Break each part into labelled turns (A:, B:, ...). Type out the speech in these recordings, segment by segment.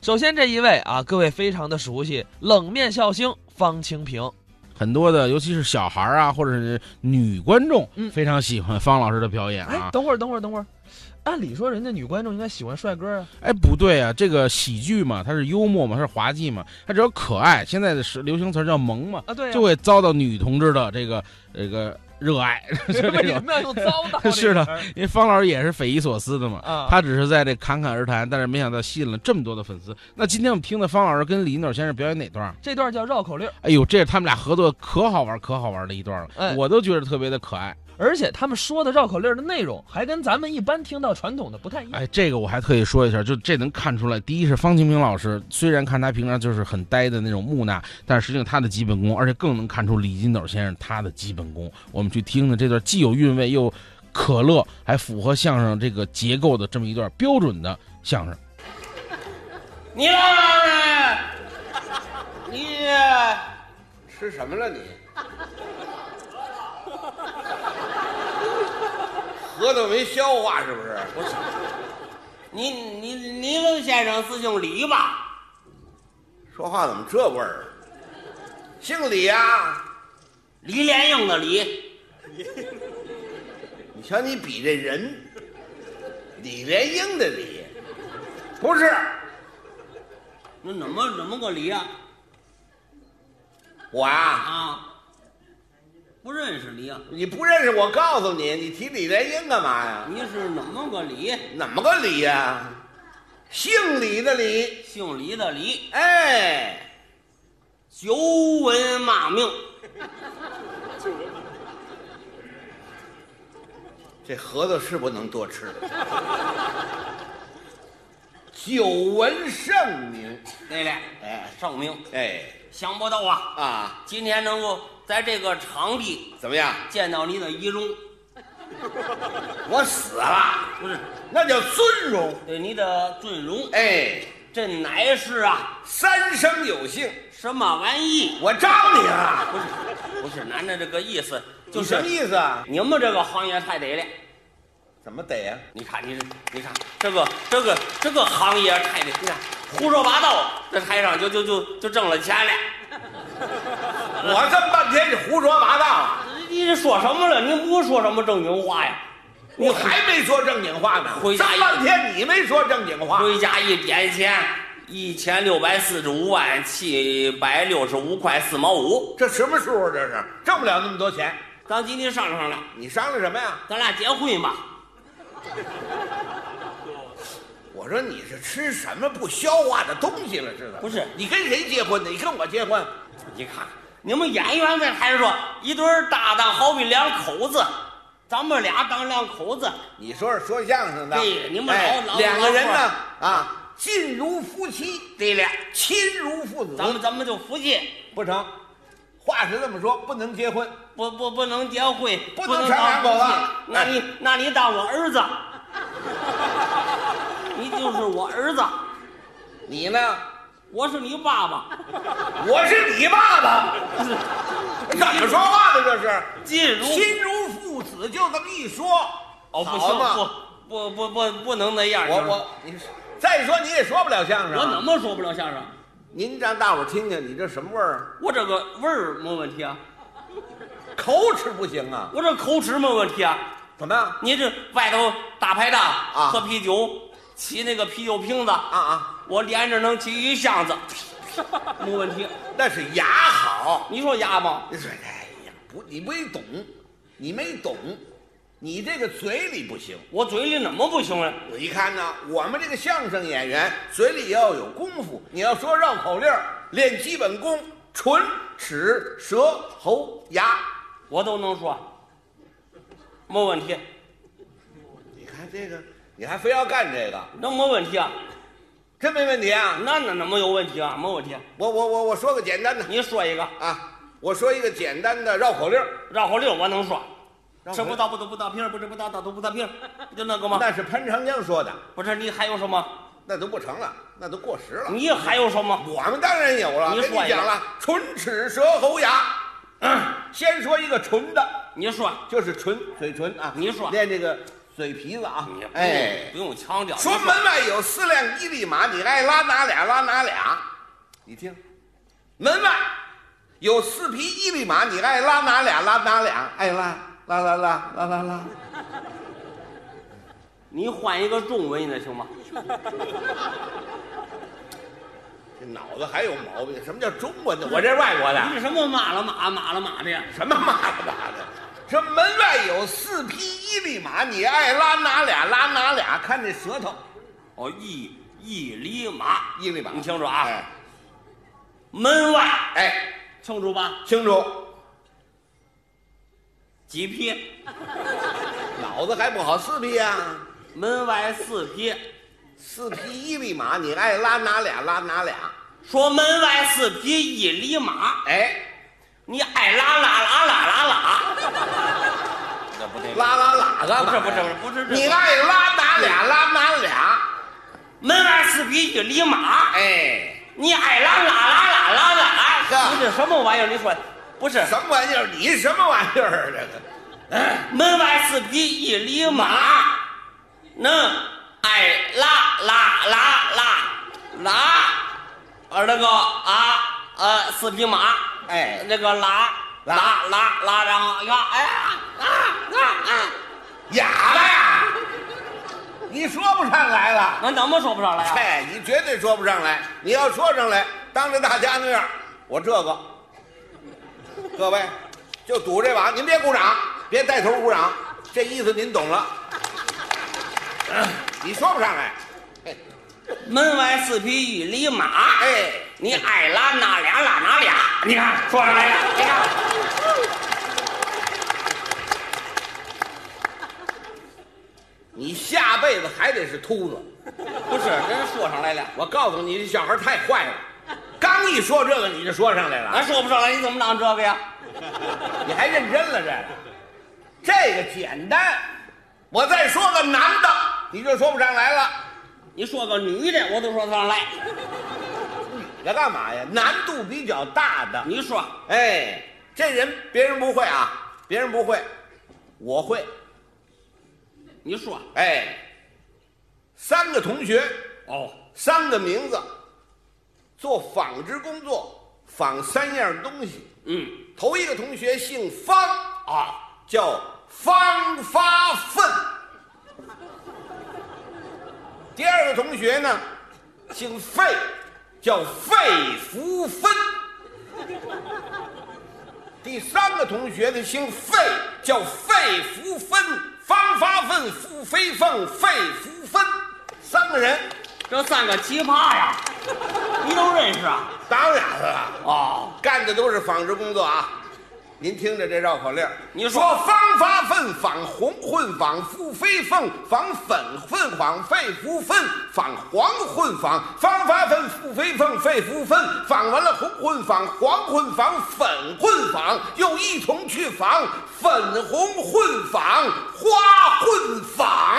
A: 首先这一位啊，各位非常的熟悉，冷面笑星方清平。
B: 很多的，尤其是小孩儿啊，或者是女观众，
A: 嗯
B: 非常喜欢方老师的表演
A: 哎
B: 啊，。
A: 等会儿，等会儿，等会儿，按理说人家女观众应该喜欢帅哥啊。
B: 哎，不对啊，这个喜剧嘛，它是幽默嘛，它是滑稽嘛，它只要可爱，现在的是流行词儿叫萌嘛，
A: 啊，对呀
B: 就会遭到女同志的这个这个热 爱。？
A: 为什么要用糟蹋
B: 是的
A: 这个词
B: 因为方老师也是匪夷所思的嘛
A: 儿， 啊，
B: 他只是在这侃侃而谈，但是没想到吸引了这么多的粉丝。那今天我们听的方老师跟李鸟先生表演哪段啊？
A: 这段叫绕口令，
B: 哎呦，这是他们俩合作可好玩可好玩的一段了，
A: 哎
B: 我都觉得特别的可爱。
A: 而且他们说的绕口令的内容还跟咱们一般听到传统的不太一样。
B: 哎，这个我还特意说一下，就这能看出来，第一是方清平老师，虽然看他平常就是很呆的那种木讷，但实际上他的基本功，而且更能看出李金斗先生他的基本功。我们去听听这段既有韵味又可乐，还符合相声这个结构的这么一段标准的相声。
C: 你老二，你吃什么了 你？核桃没消化是不是？不是，
D: 您您您跟先生自姓李吧？
C: 说话怎么这味儿啊？姓李啊呀、
D: 李莲英的李，
C: 你瞧你比这人，李莲英的李，不是
D: 那怎么怎么个李啊？
C: 我啊，
D: 啊，不认识你啊？
C: 你不认识我，告诉你，你提李莲英干嘛呀？
D: 你是怎么个李？
C: 怎么个李呀、姓李的李，
D: 姓李的李，
C: 哎。
D: 久闻骂名。
C: 这核桃是不能多吃了。 久闻盛名，
D: 对了，
C: 哎
D: 盛名，
C: 哎
D: 想不到啊，
C: 啊，
D: 今天能够在这个场地
C: 怎么样？
D: 见到你的仪容，
C: 我死了，
D: 不是
C: 那叫尊荣。
D: 对你的尊容，
C: 哎，
D: 这乃是啊
C: 三生有幸，
D: 什么玩意？
C: 我招你了。
D: 不是不是，咱的这个意思就
C: 你
D: 是
C: 什么意思啊？
D: 你们这个行业太得了。
C: 怎么逮 呀、
D: 你看，你这，你看这个这个这个行业太厉害，你看胡说八道，在台上就就就就挣了钱了。
C: 我这么半天你胡说八道啊，
D: 你这说什么了？你不说什么正经话呀？你
C: 我还没说正经话呢。
D: 回
C: 这
D: 家
C: 么半天你没说正经话，
D: 回家一点钱，一千六百四十五万七百六十五块四毛五。
C: 这什么数啊？这是挣不了那么多钱。
D: 咱今天商量商量，
C: 你商量什么呀？
D: 咱俩结婚吧。
C: 我说你是吃什么不消化的东西了似的？
D: 不是
C: 你跟谁结婚的？你跟我结婚？
D: 你看，你们演员在台上说一对儿搭档好比两口子，咱们俩当两口子。
C: 你说是说相声的？
D: 对你们老
C: 哎
D: 老
C: 两个人呢
D: 老
C: 啊，近如夫妻，
D: 对了，
C: 亲如父子，
D: 咱们咱们就夫妻。
C: 不成。话是这么说，不能结婚。
D: 不不不能结婚，
C: 不能
D: 能
C: 成两
D: 当夫
C: 口子
D: 妻那你
C: 哎
D: 那你当我儿子， 你就是我儿子，
C: 你呢？
D: 我是你爸爸。
C: 我是你爸爸。怎么说话呢？这是
D: 进如
C: 亲如父子，就这么一说。
D: 哦，不
C: 好嘛
D: 行，不不不不不能那样。
C: 我我你再说你也说不了相声。
D: 我怎？么说不了相声？
C: 您让大伙儿听听，你这什么味儿？啊
D: 我这个味儿没问题啊，
C: 口齿不行啊？
D: 我这口齿没问题啊。
C: 怎么样？
D: 你这外头打牌的
C: 啊
D: 喝啤酒，起那个啤酒瓶子
C: 啊
D: 啊
C: 啊！
D: 我连着能起一箱子， 没问题。
C: 那是牙好。
D: 你说牙吗？
C: 你说，哎呀，不，你没懂，你没懂，你这个嘴里不行。
D: 我嘴里怎么不行了？
C: 我一看呢，我们这个相声演员嘴里要有功夫，你要说绕口令儿，练基本功，唇、齿、舌、喉、牙。
D: 我都能说，没问题，
C: 你看这个，你还非要干这个，
D: 那没问题啊，
C: 真没问题啊！
D: 那那那没有问题啊，没问题。
C: 我我我我说个简单的
D: 你说一个
C: 啊，我说一个简单的绕口令儿，
D: 绕口令，我能说，
C: 绕口
D: 吃
C: 令
D: 不到不吐不打瓶，不吃不打打吐不打瓶，不就那个吗？
C: 那是潘长江说的，
D: 不是你还有什么？
C: 那都不成了，那都过时了。
D: 你还有什么？
C: 我们当然有了，
D: 你嗯
C: 跟
D: 说
C: 你
D: 一个
C: 讲了，唇、齿、舌、喉、牙。嗯先说一个唇的，
D: 你说
C: 就是唇，嘴唇啊。
D: 你说
C: 练这个嘴皮子啊
D: 你嗯也，不用
C: 哎，
D: 不用腔调，
C: 说门外有四辆一匹马，你爱拉哪俩拉哪俩。你听，门外有四匹一匹马，你爱拉哪俩拉哪俩，爱拉拉拉拉拉拉拉。
D: 你换一个中文的行吗？
C: 这脑子还有毛病？什么叫中文的？我这外国的
D: 你这什么马了马马了马的呀？
C: 什么马了马的？这门外有四匹一匹马，你爱拉哪俩拉哪俩。看这舌头，
D: 哦，一一里马，
C: 一匹马，
D: 你清楚啊？
C: 哎
D: 门外
C: 哎，
D: 清楚吧？
C: 清楚。
D: 几匹？
C: 脑子还不好，四匹呀、
D: 门外四匹。
C: 四匹一匹马，你爱拉哪俩拉哪俩。
D: 说门外四匹一里马，
C: 哎，
D: 你爱拉拉拉拉拉拉。这不对，
C: 拉拉喇干
D: 不是不是不
C: 嘛呀
D: 是不是这
C: 你爱拉哪俩拉哪俩。
D: 门外四匹一里马，
C: 哎，
D: 你爱拉拉拉拉拉拉。
C: 呵
D: 你这什么玩意儿？你说不是？
C: 什么玩意儿？你什么玩意儿？这个
D: 门外四匹一里马，能哎拉拉拉拉拉，呃那个啊呃四匹马，
C: 哎
D: 那个拉
C: 拉
D: 拉拉拉，然后呀哎呀啊啊啊！
C: 哑巴呀，你说不上来了。
D: 那怎么说不上来啊？
C: 哎，你绝对说不上来。你要说上来，当着大家那样，我这个，各位就赌这把，您别鼓掌，别带头鼓掌，这意思您懂了。你说不上来，
D: 门外四匹一里马，
C: 哎，
D: 你爱拉哪俩拉哪俩， 你看说上来了，你看。
C: 你下辈子还得是秃子。
D: 不是，真说上来了，
C: 我告诉你，这小孩太坏了，刚一说这个你就说上来了，
D: 俺说不上来，你怎么当这个呀？
C: 你还认真了这个？这个简单，我再说个男的，你就说不上来了。
D: 你说个女的，我都说得上来。
C: 你干嘛呀？难度比较大的。
D: 你说
C: 哎，这人别人不会啊，别人不会，我会。
D: 你说
C: 哎，三个同学，
D: 哦，
C: 三个名字，做纺织工作，纺三样东西。
D: 嗯，
C: 头一个同学姓方，
D: 啊，
C: 叫方发奋。第二个同学呢，姓费，叫费福芬。第三个同学呢，姓费，叫费福芬，方发奋，付飞凤，费福芬，三个人。
D: 这三个奇葩呀，你都认识啊？
C: 当然了。
D: 哦，
C: 干的都是纺织工作啊。您听着这绕口令儿，
D: 你说
C: 说方发粪仿红混仿腹飞凤仿粉混仿肺福粪仿黄混仿方发粪腹飞凤肺福粪仿完了红混仿黄混仿粉混仿，又一同去仿粉红混仿花混仿。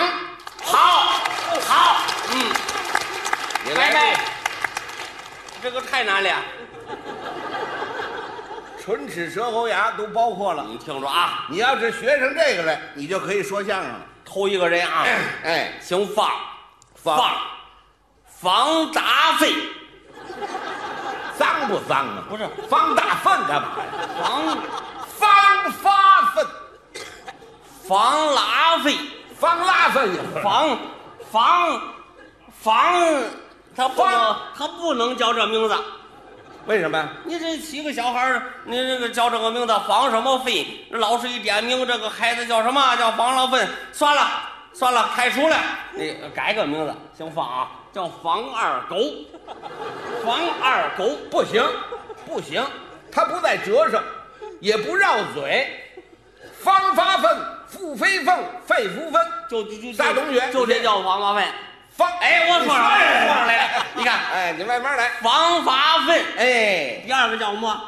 D: 好，好，嗯，
C: 你
D: 来
C: 来
D: 呗，这个太难了。
C: 这唇齿舌喉牙都包括了。
D: 你听着啊，
C: 你要是学上这个来，你就可以说相声了。
D: 头一个人啊，
C: 哎。
D: 姓方，
C: 方
D: 方达飞，
C: 脏不脏啊？
D: 不是
C: 方大粪干嘛呀？
D: 方
C: 方发粪，
D: 方拉飞，
C: 方拉粪也不是。
D: 方方方，他不能
C: 方
D: 他不能叫这名字。
C: 为什么呀？
D: 你这七个小孩儿，你这个叫这个名字防什么费？老师一点名，这个孩子叫什么？叫防了粪。算了算了，开除了，你呃改个名字，姓方啊，叫防二 狗。防二狗
C: 不行，
D: 不行，
C: 他不带折上，也不绕嘴。方发粪，腹飞粪，肺福分。
D: 就就就
C: 仨同学
D: 就这叫防发粪。
C: 方
D: 哎，我说上来了，
C: 你
D: 说上来了， 你看
C: 哎，你慢慢来。
D: 防发粪，
C: 哎，
D: 第二个叫什么？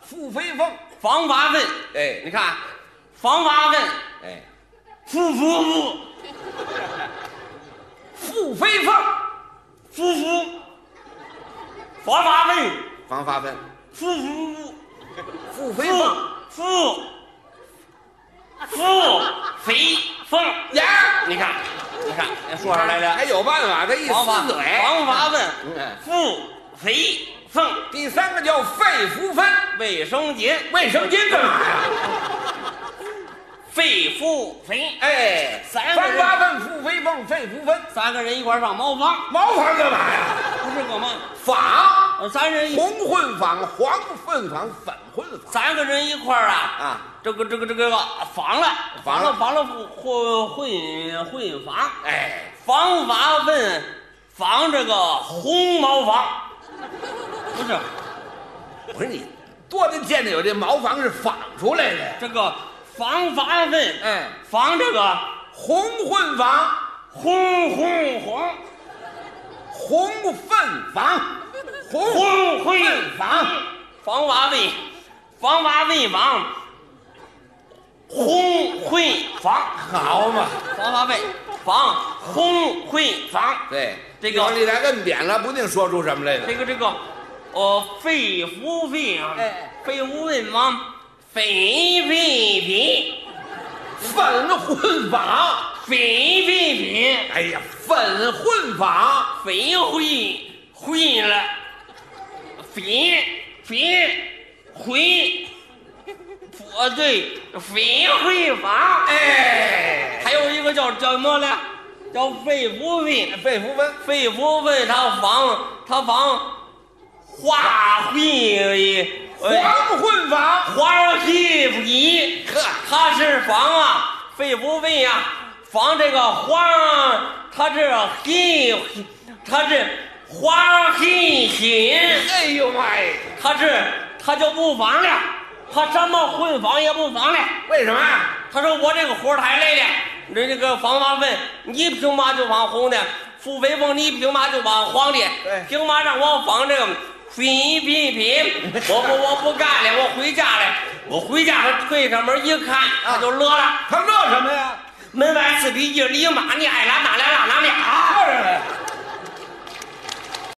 C: 腹飞粪，
D: 防发粪。
C: 哎
D: 你看，啊防发粪，
C: 哎，
D: 夫夫夫
C: 腹飞粪，
D: 夫夫，防发粪。
C: 方发粪，
D: 夫夫夫
C: 腹飞粪，
D: 夫夫肥风。
C: 呀，
D: 你看，你看，说上来
C: 还
D: 了，
C: 哎有办法，他一
D: 王法
C: 撕嘴。
D: 王法问
C: 嗯，
D: 腹肥凤，
C: 第三个叫肺腑分，
D: 卫生洁，
C: 卫生巾干嘛呀？
D: 肺腹肥，
C: 哎，
D: 三个
C: 方
D: 人
C: 八分，腹飞凤，肺腑分，
D: 三个人一块儿上茅房，
C: 茅房干嘛呀？
D: 不是干嘛？
C: 仿
D: 呃三人一
C: 红混坊、黄混坊、粉混坊
D: 三个人一块儿啊
C: 啊，
D: 这个这个这个防了
C: 防
D: 了
C: 了
D: 防了混混混防，
C: 哎，
D: 防法问防这个红毛房，不是
C: 我说你多得见得有这茅房是仿出来的呀。
D: 这个防法问，
C: 哎，
D: 防这个
C: 红混坊、
D: 红红红
C: 红粪房、红
D: 红灰
C: 房、
D: 防娃问防娃问防红会防，
C: 好嘛？
D: 防法问防红会防。
C: 对，
D: 这个
C: 往里来摁扁了，不定说出什么来呢。
D: 这个这个，哦，肺腑肺啊，肺腑问王，肺肺脾，
C: 粉混坊，
D: 肺肺脾，
C: 哎呀，粉混坊，
D: 肺会会了，肺肺会，不对，肺会房。
C: 哎，
D: 还有一个叫叫什么来？叫肺腑肺，
C: 肺腑分，
D: 肺腑问他防他防化会，哎
C: 黄混坊，
D: 花屁皮，
C: 呵
D: 它是防啊，肺不肺呀、防这个花，它是黑，它是花黑心，
C: 哎呦妈呀，
D: 它是它就不防了，它什么混防也不防了。
C: 为什么？啊
D: 他说我这个活儿太累了，人这个防娃问你凭嘛就防红的，付飞凤你凭嘛就防黄的
C: 对，
D: 凭嘛让我防这个飞皮皮？我不我不干了，我回家了，我回家了，推开门一看，他就乐了，
C: 他乐什么呀？
D: 门外四比一，里马你爱拉哪来拉哪俩。啊
C: 乐什么呀？